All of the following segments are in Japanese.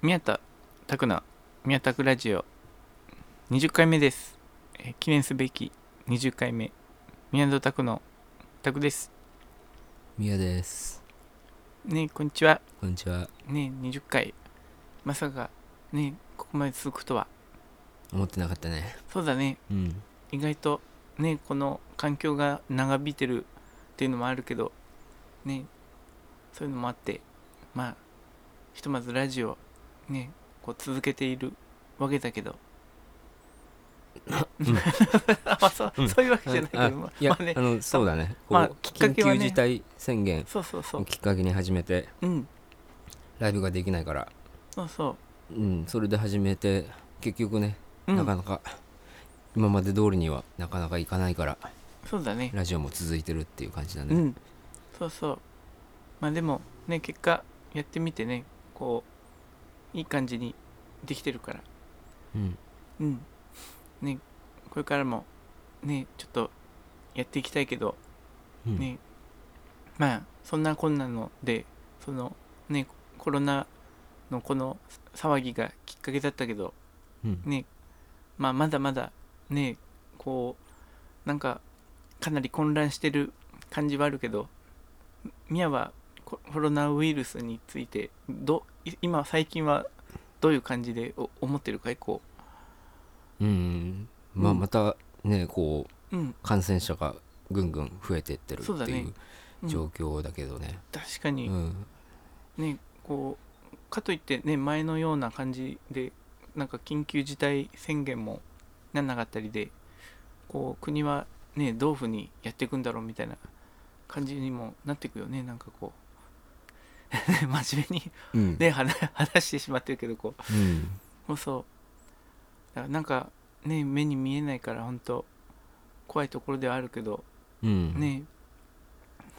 宮田拓の宮田拓ラジオ20回目です、えー記念すべき20回目宮田拓の拓ですみやですねえこんにちはこんにちはねえ20回まさかねえここまで続くとは思ってなかったねそうだねうん意外とねこの環境が長引いてるっていうのもあるけどねそういうのもあってまあひとまずラジオねこう続けているわけだけど まあそううんそういうわけじゃないけど、あまあいや、まあねあのそうだねこう、まあきっかけはね緊急事態宣言そうそうそをうきっかけに始めてうんライブができないからそうそうんそれで始めて結局ね、う、うん、なかなか今まで通りにはなかなかいかないからそうだねラジオも続いてるっていう感じだうねんそうそうまあでもね結果やってみてねこういい感じにできてるからうんうん。ね、これからも、ね、ちょっとやっていきたいけど、うんね、まあ、そんなこんなので、その、ね、コロナのこの騒ぎがきっかけだったけど、うんね、まあ、まだまだ、ね、こう、なんか、かなり混乱してる感じはあるけど、ミヤはココロナウイルスについて、ど、い今、最近は、どういう感じでお思ってるかいこうん、うん、まあうんまたねこうう。うん。感染者がぐんぐん増えてってるってそうだねいううん状況だけどね確かうに、んねこうかといってね前のような感じでなんか緊急事態宣言もなんなかったりでこう国はねどういうふうにやっていくんだろうみたいな感じにもなっていくよねなんかこう 真面目にうんね話話してしまってるけどこううんもうそうだからなんかね目に見えないから本当怖いところではあるけどうんねえ、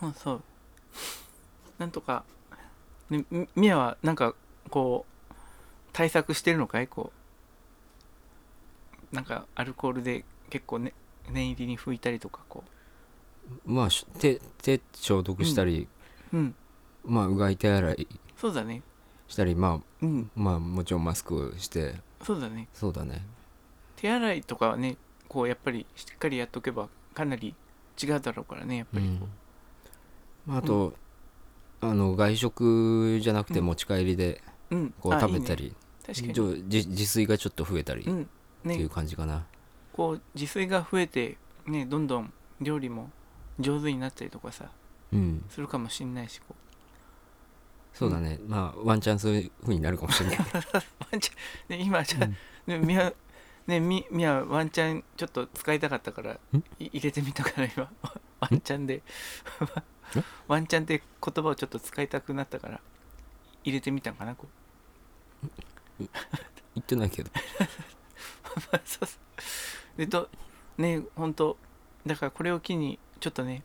そうそうなんとか、ね、みみやはなんかこう対策してるのかいこうなんかアルコールで結構ね念入りに拭いたりとかこまあし手手消毒したり、ううんまあうがい手洗いそうだねしたりまあうんまあもちろんマスクしてそうだねそうだね手洗いとかはねこうやっぱりしっかりやっとけばかなり違うだろうからねやっぱりこまああと、あの外食じゃなくて持ち帰りでううんこうあ食べたいいねり、確かにちょ自自炊がちょっと増えたりっうてんいねう感じかな、こう自炊が増えてねどんどん料理も上手になったりとかさうんするかもしんないしこそうだねまあワンチャンそういう風になるかもしれない うワンチャン、ね、今じゃ、ねみやねみみやワンチャンちょっと使いたかったからい入れてみたから今ワンチャンで ワンチャンって言葉をちょっと使いたくなったから入れてみたんかなこう 言ってないけどそうそうでとね本当だからこれを機にちょっとね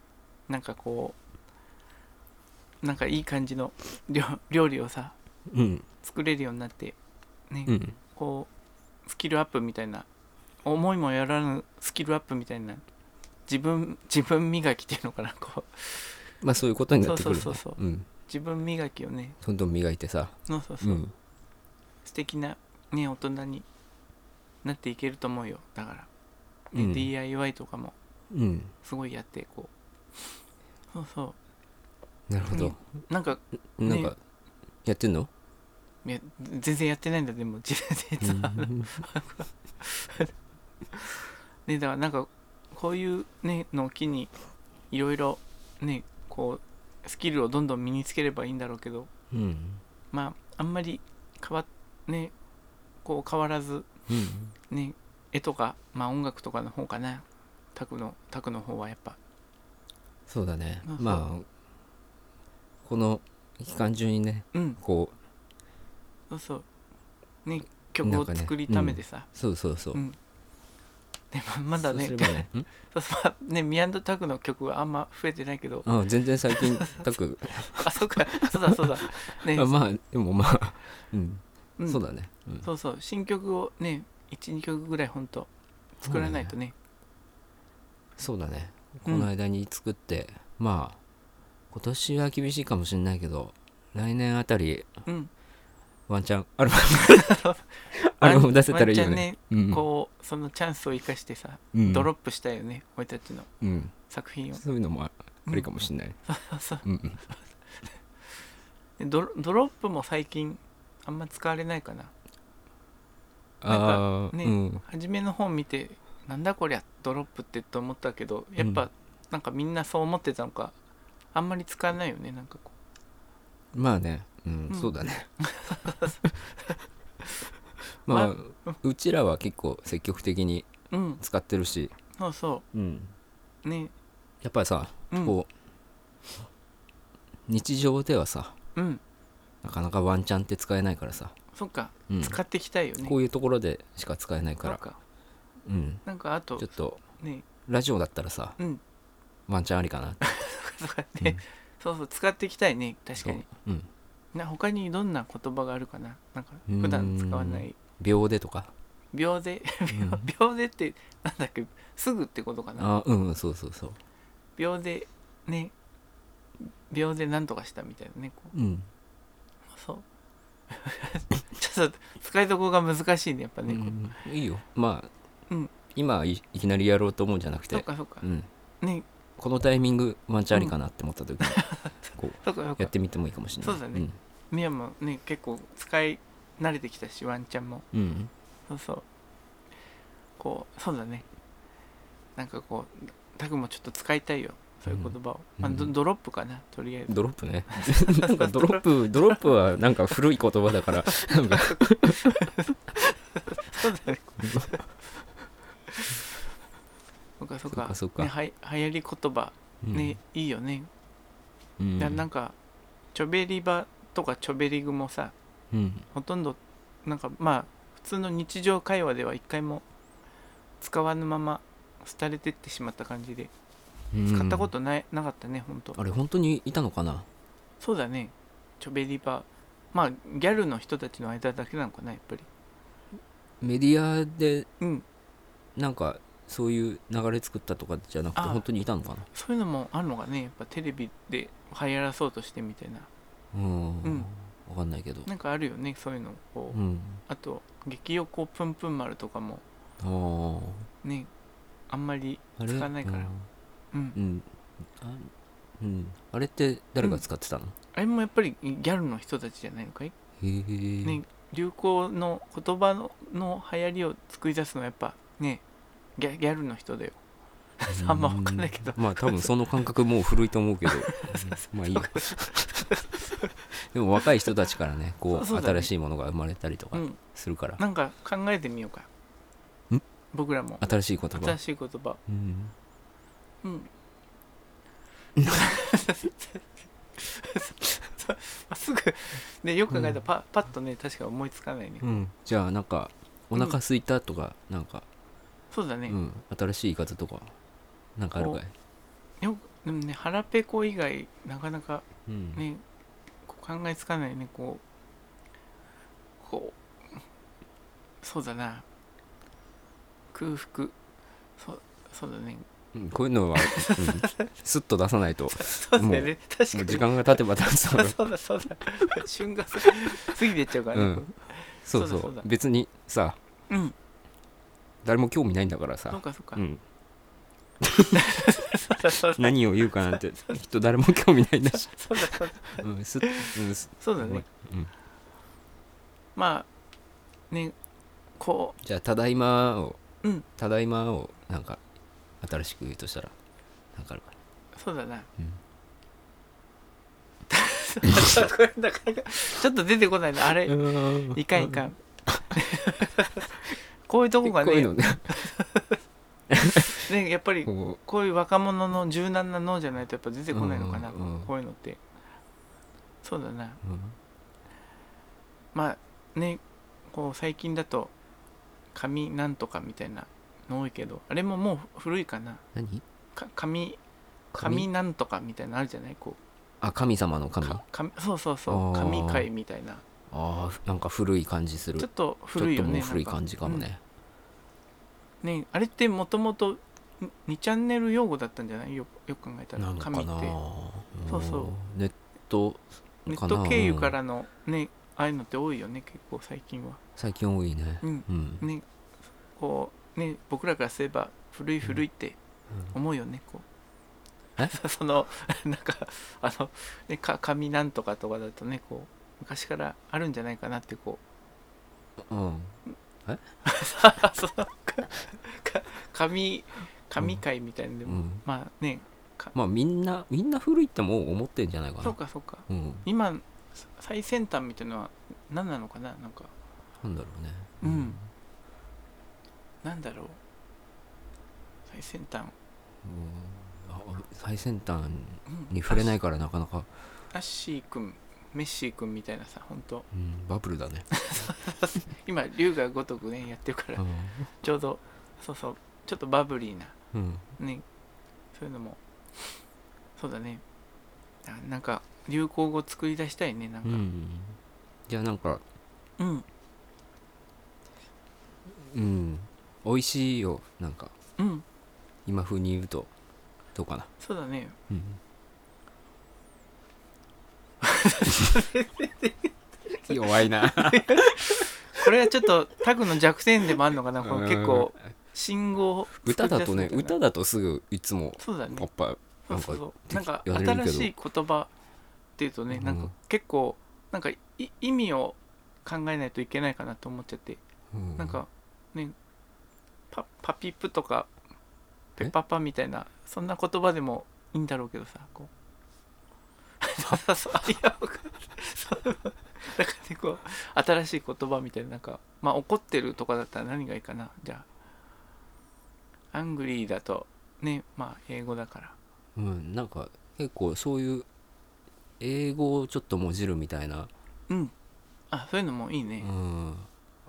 なんかこうなんかいい感じの料料理をさうん作れるようになってね、うんこうスキルアップみたいな思いもやらぬスキルアップみたいな自分自分磨きっていうのかなこうまあそういうことになってくる、ね、そうそうそうそうん自分磨きをねどんどん磨いてさそうそうそう、うん素敵なね大人になっていけると思うよだから、うねん DIY とかもうんすごいやってこうそうそなるほど、うなんかなんかやってんの、いや全然やってないんだでも実実は、うんねだからなんかこういうねのを機にいろいろねこうスキルをどんどん身につければいいんだろうけどうんまああんまり変わっねこう変わらずうんね絵とかまあ音楽とかの方かなタクのタクの方はやっぱそうだねあそうまあこの期間中にねうんこうそうそうね曲なをんかね作りためてさ、そうそうそう、うんねままだねそうすれ ばねんそうそうねミアンドタクの曲はあんま増えてないけどあ全然最近 たくあそうかそうだそうだねあまあでもまあ、うんうんそうだね、うんそうそう新曲をね12曲ぐらいほんと作らないとねそうだねうこんの間に作って、まあ今年は厳しいかもしれないけど来年あたりうんワンチャンアルバム アルバム出せたらいいよねうんこうそのチャンスを生かしてさ、うんドロップしたいよね俺たちのうん作品をそういうのもあありかもしれないそううんうでんドロドロップも最近あんま使われないかなああねうん初めの方見てなんだこりゃドロップってと思ったけどやっぱ、うんなんかみんなそう思ってたのかあんまり使わないよねなんかこまあねうんうんそ うだねまあうちらは結構積極的にううん使ってるしそうそうんうねやっぱりさうんこう日常ではさうんなかなかワンチャンって使えないからさ、そっか、うん使っていきたいよねこういうところでしか使えないかなんら、かうん、なんかあとちょっとねラジオだったらさうんワンチャンありかなってとか ね、そうそう使っていきたいね確かにそううんな他にどんな言葉があるかななんか普段使わなうい秒でとか 秒で 秒でってなんだっけすぐってことかなあうんうんそうそうそう秒でね秒でなんとかしたみたいなねこううんそう ちょっと使いどころが難しいねやっぱね、こうんいいよまあ、うん今いいきなりやろうと思うんじゃなく、うそってかそっか、うん、ねこのタイミングワンチャンありかなって思った時に、こそっかそっうやかってみてもいいかもしれないそうだねミヤもね結構使い慣れてきたしワンちゃんもうん、そうんうそうこうそうだねなんかこうタグもちょっと使いたいよそういう言葉を、うまんあ、うドんドロップかなとりあえずドロッ プねなんかドロップドロップはなんか古い言葉 だからなんかそうだねそうかそうかそうかそうかね、はや流行り言葉うんね、いいよね、うんななんかチョベリバとかチョベリグもさうんほとんどなんかまあ普通の日常会話では一回も使わぬまま廃れてってしまった感じでうん使ったことない、なかったねほんとあれ本当にいたのかなそうだねチョベリバまあギャルの人たちの間だけなのかなやっぱりメディアでうんなんかそういう流れ作ったとかじゃなくてあ本当にいたのかなそういうのもあるのがねやっぱテレビで流行らそうとしてみたいなうん、うんわかんないけどなんかあるよねそういうのこう、うんあと激横ぷんぷん丸とかもあーねあんまりあれ使わないからうんうんあ,、うん、あれって誰が使ってたの、あれもやっぱりギャルの人たちじゃないのかいへえ、ね流行の言葉のの流行りを作り出すのはやっぱねギャギャルの人だよあんま分かんないけどまあ多分その感覚もう古いと思 うけどまあいいよ でも若い人たちからねこうそうだね新しいものが生まれたりとうかんするから、なんか考えてみようかん僕らも新しい言葉新しい言葉うんうんすぐねよく考えたらパ,、パッとね確か思いつかないね、うん、じゃあなんかおうん腹すいたとか、なんか、そうだうね、ん、新しい言い方とかなんかあるかい、よくでもね腹ペコ以外なかなかうんね、こう考えつかないねこうこうそうだな空腹そうそうだねうんこういうの は、うん、スッと出さないともそうだよね確かうに時間が経てば経つほどそうだそうだ瞬間過ぎてっちゃうからね、うんそうそそううだそうだ別にさうん誰も興味ないんだからそうさ、かそうか、うん、そうだそうだ何を言うかなん てきっと誰も興味ないんだし、そうだそうだうん、スッうんスそうッだねうんまあねこじゃあ「ただいま」をうん「ただいま」をなんか新しく言うとしたらなんかあるかなうそうだな、うんこれなかなか ちょっと出てこないのあれいかんいかん。 こういうとこがこういねうのねねやっぱりこうこういう若者の柔軟な脳じゃないとやっぱ出てこないのかな、うんうんうんこういうのってそうだなうんまあねこう最近だと「紙なんとか」みたいなの多いけどあれももう古いかな何か紙紙なんとかみたいなのあるじゃないこあ神様のう神あか紙そうそうそあうー紙会みたいなあーなんか古い感じするちちょょっと古っいとよもうね古い感じかなもんかねうんねあれってもともと2チャンネル用語だったんじゃないよよく考えたならのか紙なって。そうそうネットネット経由からのねああいうのって多いよね結構最近は。最近多いねうんうん、ねこうね僕らからすれば古い古いって思うよねこう。え そのなんかあの、ね、か紙なんとかとかだとねこう昔からあるんじゃないかなってこううんうん そのかか神神会みたいなのでも、うんまあねかまあみんなみんな古いってもう思ってんじゃないかなそうかそうかうん、今さ最先端みたいなのは何なのかななんかなんだろうねうんなんだろう最先端、うんあ最先端に触れないからなかなか、アッシー君メッシー君みたいなさ本当うん、バブルだね、今龍が如くねやってるからうちょうどそうそうちょっとバブリーなんうん、ねそういうのもそうだねあなんか流行語作り出したいねなんうかん、じゃあなんかうんうん美味しいよなんかうん今風に言うとどうかなそうだねうん 弱いなこれはちょっとタグの弱点でもあるのかなこの結構信号を作歌り出だすとねみたいな歌だとすぐいつもそうだパッねパそうそうそうななんんかかやれるけ新どしい言葉っていうとねなんうんか結構なんかい意味を考えないといけないかなと思っちゃってうんなんかねパパピプとかペッパパみたいなそんな言葉でもいいんだろうけどさこうそう そういやわかんないそう なんかねこう新しい言葉みたいななんかまあ怒ってるとかだったら何がいいかなじゃあアングリーだとねまあ英語だからうんなんか結構そういう英語をちょっともじるみたいな、うんあそういうのもいいうね、ん、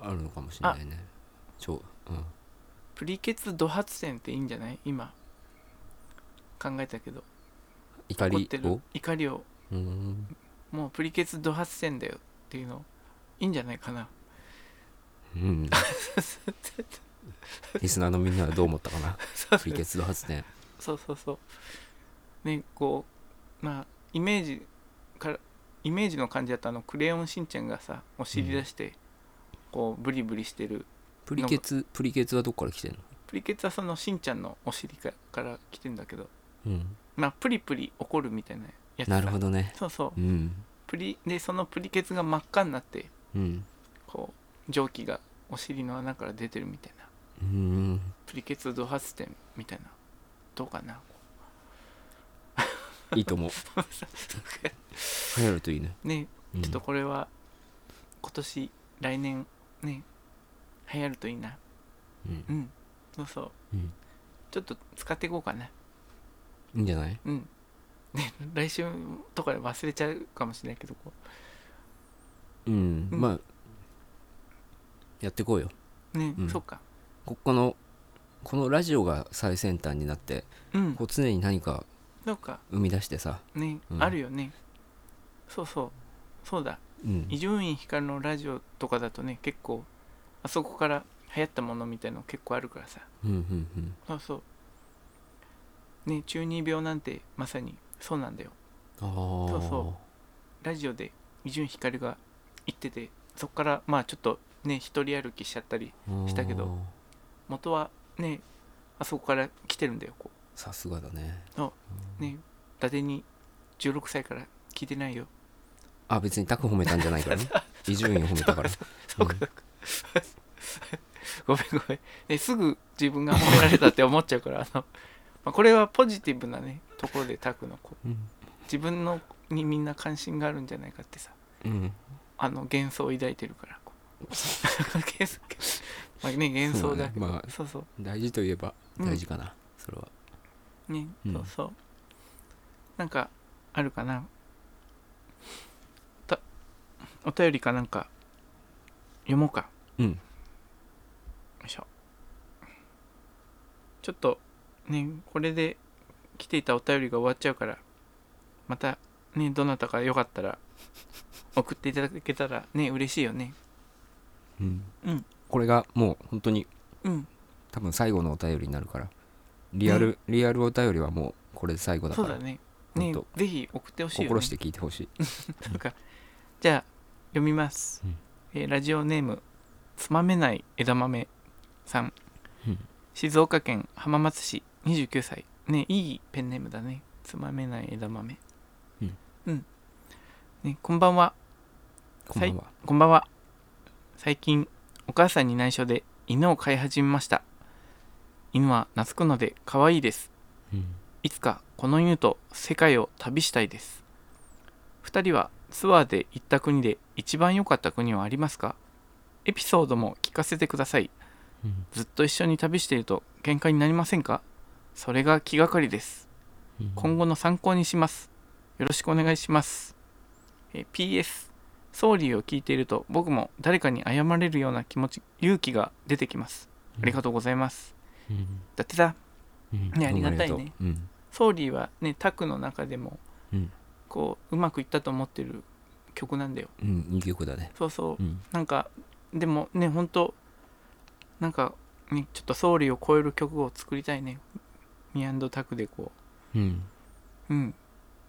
あるのかもしれないねちょうんプリケツド発点っていいんじゃない今考えたけど怒怒っりてるを怒りをうんもうプリケツド発線だよっていうのいいんじゃないかな うんリスナーのみんなはどう思ったかなそうプリケツド発電 そうそうそうねこうまあイメージからイメージの感じだとあのクレヨンしんちゃんがさお尻出して、こうブリブリしてるプリケツプリケツはどっから来てんのプリケツはそのしんちゃんのお尻かから来てんだけどうんまあプリプリ怒るみたいなやつさなるほどねそうそううんプリでそのプリケツが真っ赤になってうんこう蒸気がお尻の穴から出てるみたいなうんプリケツド発点みたいなどうかないいと も流行るといいね、ねうんちょっとこれは今年来年ね流行るといいなうんうんそうそううんちょっと使っていこうかないいんじゃないうん ね来週とかで忘れちゃうかもしれないけどこうん、うんまあやってこうようね、うんそうかここのこのラジオが最先端になってうんこう常に何かそうか生み出してさ、ね、うんあるよねそうそうそうだうん伊集院光のラジオとかだとね結構あそこから流行ったものみたいの結構あるからさうんうんうん、そうそうね中二病なんてまさにそうなんだよあーそうそラジオで伊集院光が言っててそっからまあちょっとね一人歩きしちゃったりあーしたけど元はねあそこから来てるんだよこさすがだねうね伊達に16歳から聞いてないよあ別にタク褒めたんじゃな いからね伊集院褒めたからそうかそうか ごめんごめん、ね、すぐ自分が褒められたって思っちゃうからあの、まあ、これはポジティブなねところでタクのこううん、自分のにみんな関心があるんじゃないかってさうん、あの幻想を抱いてるからこう 幻想まあね幻想だけどそうだねまあそうそう大事といえばうん大事かな、それはね、うんそうそうなんかあるかなたお便りかなんか読もうかうんよいしょちょっとねこれで来ていたお便りが終わっちゃうからまたねどなたかよかったら送っていただけたらね嬉しいよねうん、うんこれがもう本当にうん多分最後のお便りになるからリアル、リアルお便りはもうこれで最後だそかうらだねほねんとぜひ送ってほしいよ、ね、心して聞いてほしいなんかじゃあ読みます、うんえーラジオネームつまめない枝豆さん、うん静岡県浜松市29歳ねいいペンネームだねつまめない枝豆うん、うんね、こんばんはこんばんは、こんばんは。最近、お母さんに内緒で犬を飼い始めました。犬は懐くので可愛いです。うんいつかこの犬と世界を旅したいです。二人はツアーで行った国で一番良かった国はありますかエピソードも聞かせてください。うんずっと一緒に旅していると喧嘩になりませんかそれが気がかりです。うん今後の参考にします。よろしくお願いします。えー PS、ソーリーを聞いていると僕も誰かに謝れるような気持ち、勇気が出てきます。ありがとうございます。うんだってさ、うんねありがたいねどうもありがとううんソーリーはね、タクの中でも、うんこう、うまくいったと思ってる曲なんだよ。うんいい曲だねそうそう。うんなんか、でもね、ほんと、なんか、ね、ちょっとソーリーを超える曲を作りたいね。ミアンドタクでこう、うんうん。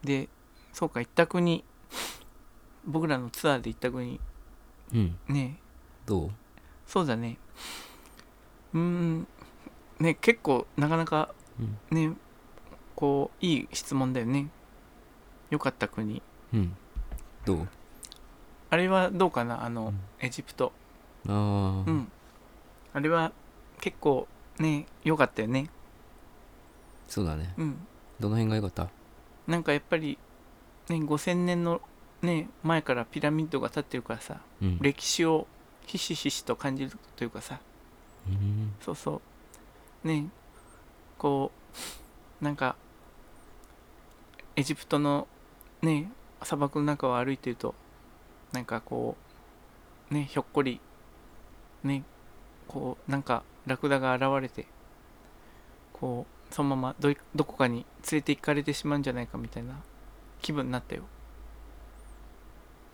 で、そうか、行った国、僕らのツアーで行った国、うんねどうそうだね。うーん、ね結構、なかなか、ね、こう、いい質問だよね。よかった国。うんどうあれはどうかなあの、うんエジプト。ああ、うん。あれは、結構、ね、良かったよね。そうだねうん。どの辺が良かったなんかやっぱり、ね、5000年の、ね、前からピラミッドが建ってるからさ、うん歴史をひしひしと感じるというかさ、うんそうそうねこうなんかエジプトのね砂漠の中を歩いてるとなんかこうねひょっこりねこうなんかラクダが現れてこうそのままどいどこかに連れて行かれてしまうんじゃないかみたいな気分になったよ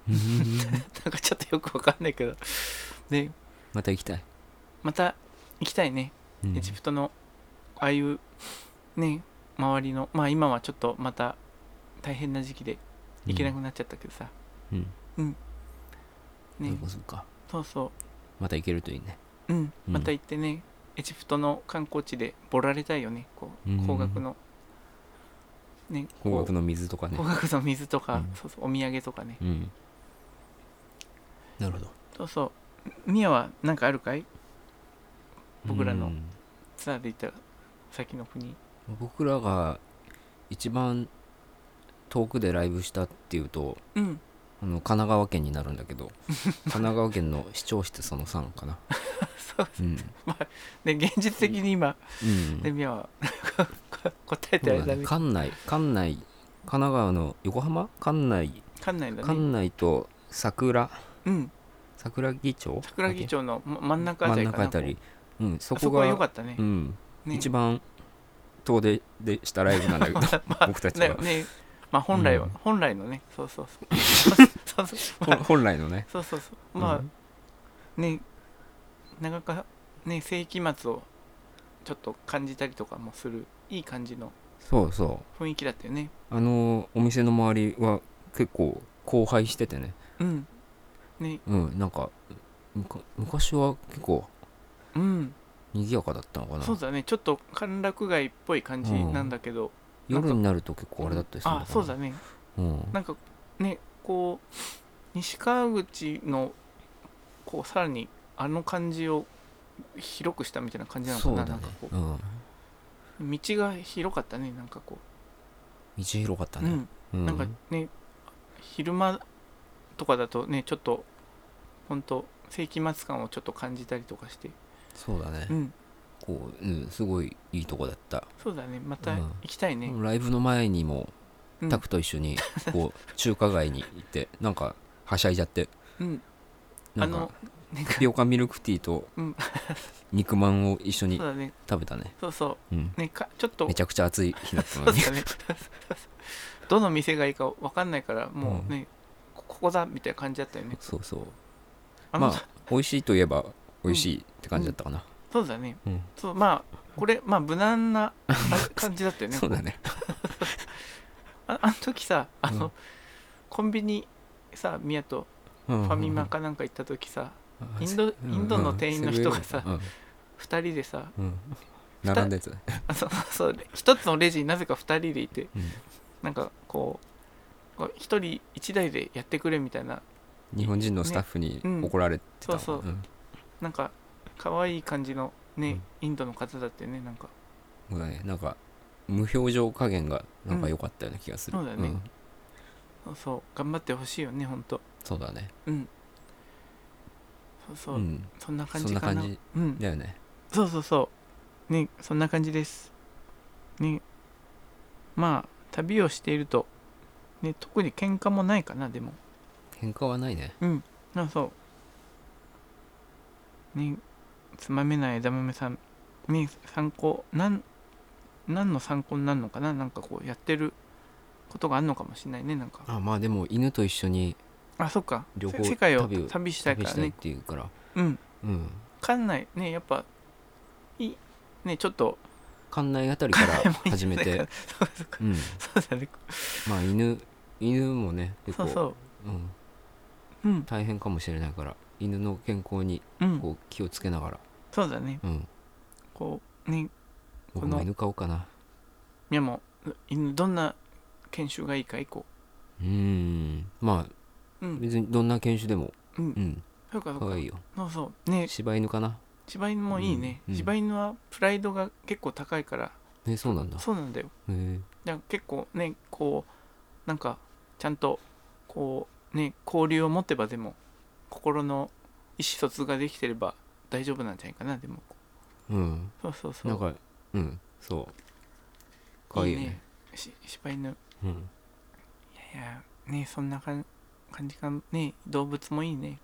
うんなんかちょっとよくわかんないけどねまた行きたい、また行きたいねうんエジプトのああいうね周りのまあ今はちょっとまた大変な時期で行けなくなっちゃったけどさ、うんねそうかそうかそうそまた行けるといいねううんうんまた行ってね、エジプトの観光地でボラれたいよねこうんう高額の、ね高額のの水とかね高額の水とか、うんそうそうお土産とかねうんなるほどそうそうミヤは何かあるかい僕らのうんツアーで行った先の国僕らが一番遠くでライブしたっていうとうんあの神奈川県になるんだ けど神奈川県の市長室その3かなそううん、で現実的に今、うんねミヤは 答えそてあうれだだねね館内館内神奈川の横浜館内かんないんだ館ね内と桜うん桜木町桜木町のま真ん中あ真たんりかな中あたりうんそあそここはが良かったね,、うんね一番遠出でしたライブな んだけど僕たちだよはねまあ本来は、うん本来のねそうそう そうそうそう、ほまんあ、本来のねそうそうそうまあ、うんね長かね世紀末をちょっと感じたりとかもするいい感じのそうそ雰囲気だったよねうあのお店の周りは結構荒廃しててねうんねうんなんかむか昔は結構うん賑やかだったのかなそうだねちょっと歓楽街っぽい感じなんだけど、夜になると結構あれだったりするのかあなそうだねうんなんかねこう西川口のこうさらにあの感じを広くしたみたいな感じなのかそうな,、だなんねかこうんう道が広かったねなんかこ道広かったう、ねううんん、なんかね昼間とかだとねちょっとほんと世紀末感をちょっと感じたりとかしてそうだねうんこううんすごいいいとこだったそうだねまたうん行きたいね、ライブの前にもうんタクと一緒にこう 中華街に行ってなんかはしゃいじゃってうんなあんかのなんかタピオカミルクティーとうん肉まんを一緒そうにだね食べたねそうそうんうねかちょっとめちゃくちゃ暑い日だったそうのだにね。どの店がいいか分かんないから、もうね、こここだみたいな感じだったよね。そうそうあのまあ美味しいといえば美味しいって感じだったかなそうだね。うんそう、まあ、これ、まあ、無難なあ 感じだったよね。そうだねああの時さ、あの、うんコンビニさ、宮とフファミマかなんか行った時さインドインドの店員の人がさ2人でさうんうん並んだやつだあそうそう1つのレジになぜか2人でいてうんなんかこう1人1台でやってくれみたいな日本人のスタッフにねうん怒られてたわそうそうんなんか可愛い感じのね、インドの方だってねなんかそうだねなんか無表情加減がなんか良かったような気がする、うんそうだねんそうそう頑張ってほしいよねほんとそうだねうんそうそうう、んそんな感じかなそんな感じうんだよねそうそうそうねそんな感じですねまあ旅をしているとね特に喧嘩もないかなでも喧嘩はないねうんあそうねつまめない枝豆さんね参考なん何の参考になるのかななんかこうやってることがあるのかもしれないねなんかあまあでも犬と一緒にあそっか旅行せ世界を旅を旅したい旅からしたいっねていうからうんうん館内ねやっぱいねちょっと館内あた りから始めてそうそうかうんそうだねまあ犬犬もね結そ構うそううん、うん大変かもしれないから犬の健康にうんこう気をつけながら、そうだねうん、こうね僕このも犬飼おうかなみやも犬どんな研修がいいか以降うーんまあうん別にどんな犬種でもううんんそうかそう可か愛いよそうそうね柴犬かな柴犬もいいね、うんうん柴犬はプライドが結構高いからえそうなんだへそうなんだよえだから結構ねこうなんかちゃんとこうね交流を持てばでも心の意思疎通ができてれば大丈夫なんじゃないかなでもうんそうそうそうなんかうんそう可愛いよねし柴犬うんいやねそんなかん感じかね動物もいいね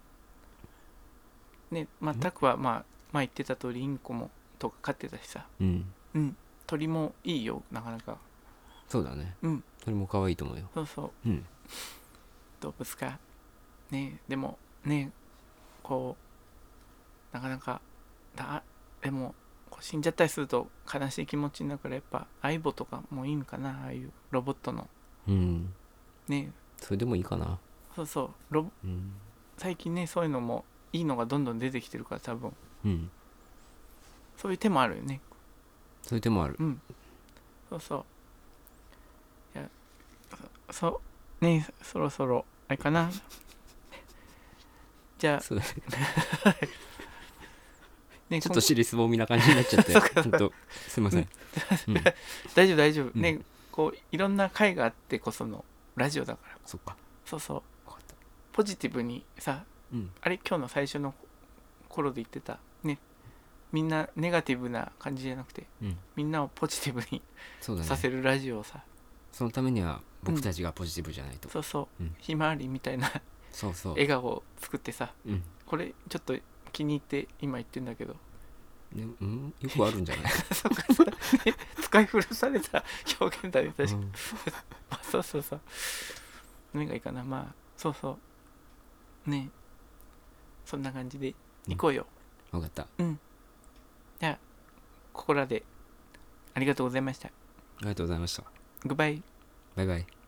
ねまあんタクはまあ前言ってた通りインコもとか飼ってたしさうんうん鳥もいいよなかなかそうだねうんそれも可愛いと思うよそうそううん動物かねでもねこうなかなかだでもこう死んじゃったりすると悲しい気持ちになるからやっぱ相棒とかもいいんかなああいうロボットのうんねそれでもいいかなそうそうロボうん最近ねそういうのもいいのがどんどん出てきてるから多分うんそういう手もあるよねそういう手もあるそうそういやそそうねそろそろあれかな じゃあそう ねちょっ今と尻すぼみな感じになっちゃって ほんとすいませんうん 大丈夫大丈夫、うんねこういろんな回があってこそのラジオだからそっかそうそう分かったポジティブにさうんあれ今日の最初の頃で言ってたねみんなネガティブな感じじゃなくてうんみんなをポジティブにそうださねせるラジオをさ、そのためには僕たちがポジティブじゃないとそうそう、うんひまわりみたいなそうそう笑顔を作ってさうんこれちょっと気に入って今言ってんだけど ねうんよくあるんじゃ ない使い古された 表現だね確かに、うんあそうそうそう何がいいかなまあそうそうねそんな感じで行こうよ、分かったあここらでありがとうございましたりがとうございましたグッバイバイバイ